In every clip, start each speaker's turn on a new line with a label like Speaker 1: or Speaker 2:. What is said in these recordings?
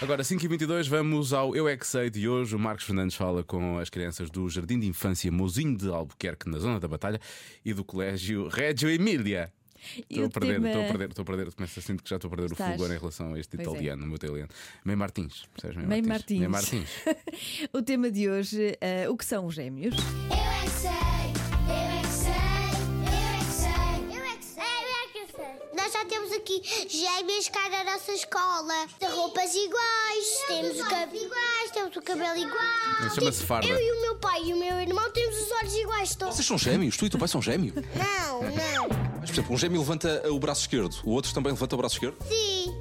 Speaker 1: Agora, 5h22, vamos ao Eu é que Sei de hoje. O Marcos Fernandes fala com as crianças do Jardim de Infância Mozinho de Albuquerque, na Zona da Batalha, e do Colégio Reggio Emília.
Speaker 2: E
Speaker 1: Estou
Speaker 2: o
Speaker 1: a perder,
Speaker 2: tema-
Speaker 1: estou a perder, estou a perder. Começo a sentir que já estou a perder o
Speaker 2: Estás.
Speaker 1: fogo agora em relação a este
Speaker 2: Pois é.
Speaker 1: italiano, o meu italiano. Meio Martins, percebes?
Speaker 2: Meio
Speaker 1: Meio
Speaker 2: Martins.
Speaker 1: Martins.
Speaker 2: O tema de hoje, eh, o que são os gêmeos?
Speaker 3: Eu é que sei, eu é que sei, eu é que sei, eu é que sei, eu é que sei, eu é que sei. Nós já temos aqui gêmeas cá na nossa escola, de roupas iguais, temos o cabelo iguais, temos o cabelo igual. Tipo,
Speaker 1: Isso chama-se farda.
Speaker 3: Eu e o meu pai e o meu irmão temos os olhos iguais todos.
Speaker 4: Vocês são gêmeos? Tu e teu pai são gêmeo?
Speaker 3: Não, não.
Speaker 4: Mas, por exemplo, um gêmeo levanta eh, o braço esquerdo, o outro também levanta o braço esquerdo?
Speaker 3: Sim,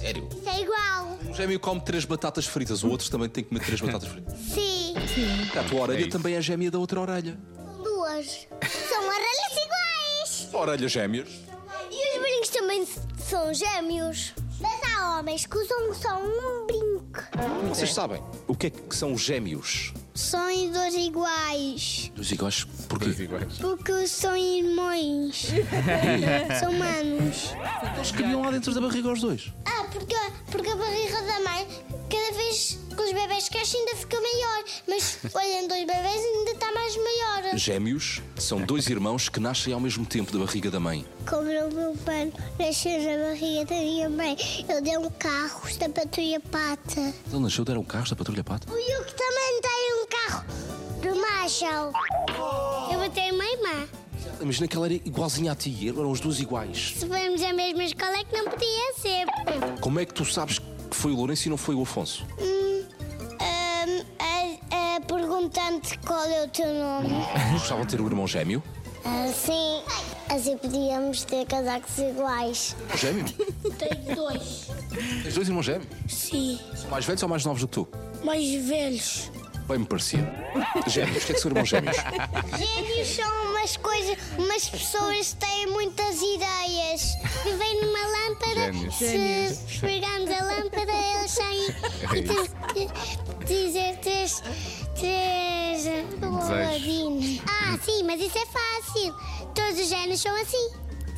Speaker 4: Sério?
Speaker 3: isso é igual.
Speaker 4: Um gêmeo come três batatas fritas, o outro também tem que comer três batatas fritas.
Speaker 3: Sim.
Speaker 4: Cá, a tua orelha
Speaker 1: isso.
Speaker 4: também é gêmea da outra orelha.
Speaker 3: Duas. São orelhas iguais.
Speaker 4: Orelhas gêmeas?
Speaker 3: E os brincos também s- são gêmeos. Mas há homens que usam só um brinco.
Speaker 4: Vocês sabem o que é que são os gêmeos?
Speaker 3: São em dois iguais,
Speaker 4: Os iguais,
Speaker 1: Dois
Speaker 4: porquê?
Speaker 1: iguais.
Speaker 3: porque são irmãos. são manos.
Speaker 4: Eles criam lá dentro da barriga os dois.
Speaker 3: Ah, porque, porque a barriga da mãe, cada vez que os bebés crescem, ainda fica maior. Mas olhando os bebés, ainda está mais maior.
Speaker 4: Gêmeos são dois irmãos que nascem ao mesmo tempo da barriga da mãe.
Speaker 3: Como o meu pano nasceu na barriga da minha mãe, eu dei um carro da patrulha pata.
Speaker 4: Ele nasceu, deram o carro da patrulha pata.
Speaker 3: O Yuki também tem um carro do Marshall. Eu botei uma irmã.
Speaker 4: Imagina que ela era igualzinha a ti, eram os dois iguais.
Speaker 3: Se formos a mesma escola, é que não podia ser.
Speaker 4: Como é que tu sabes que foi o Lourenço e não foi o Afonso?
Speaker 3: Hum, hum, a, a perguntante qual é o teu nome.
Speaker 4: Gostavam de ter um irmão gêmeo?
Speaker 3: Assim, assim podíamos ter casacos iguais.
Speaker 4: Um Gêmeo?
Speaker 3: Tenho dois.
Speaker 4: Tens dois irmãos gêmeos?
Speaker 3: Sim,
Speaker 4: São mais velhos ou mais novos do que tu?
Speaker 3: mais velhos.
Speaker 4: Bem me parecia. Gêmeos, o que é que são irmãos gêmeos?
Speaker 3: Gênios são umas coisas, umas pessoas que têm muitas ideias. Vivem numa lâmpada,
Speaker 1: Gênios.
Speaker 3: se esfregarmos a lâmpada, eles saem e temos
Speaker 1: É
Speaker 3: de dizer três. três. boladinhos.
Speaker 1: Hum.
Speaker 3: Ah, sim, mas isso é fácil. Todos os gênios são assim.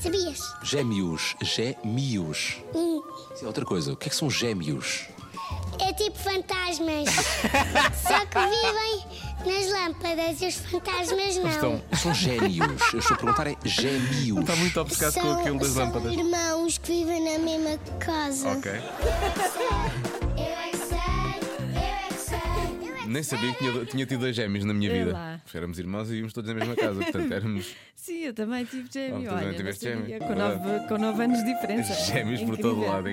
Speaker 3: Sabias?
Speaker 4: Gêmeos, gêmeos.
Speaker 3: Hum.
Speaker 4: Isso é outra coisa. O que é que são gêmeos?
Speaker 3: É tipo fantasmas. Só que vivem nas lâmpadas e os fantasmas não.
Speaker 1: Estão.
Speaker 4: São gênios. um Eu estou a perguntar é gêmeos.
Speaker 1: Está muito obcecado com aquilo das
Speaker 3: são
Speaker 1: lâmpadas.
Speaker 3: irmãos que vivem na mesma casa.
Speaker 1: Ok.
Speaker 3: é
Speaker 1: Nem sabia que tinha, tinha tido dois gêmeos na minha
Speaker 2: Vê
Speaker 1: vida.
Speaker 2: lá.
Speaker 1: Porque Éramos irmãos e íamos todos na mesma casa. Portanto, éramos
Speaker 2: Sim, eu também tive
Speaker 1: Ah, tu
Speaker 2: gêmeo.
Speaker 1: também
Speaker 2: olha, não
Speaker 1: tiveste
Speaker 2: sabia,
Speaker 1: gêmeo,
Speaker 2: com
Speaker 1: verdade.
Speaker 2: nove, com nove anos de diferença.
Speaker 1: gêmeos por todo
Speaker 2: Incrível.
Speaker 1: lado.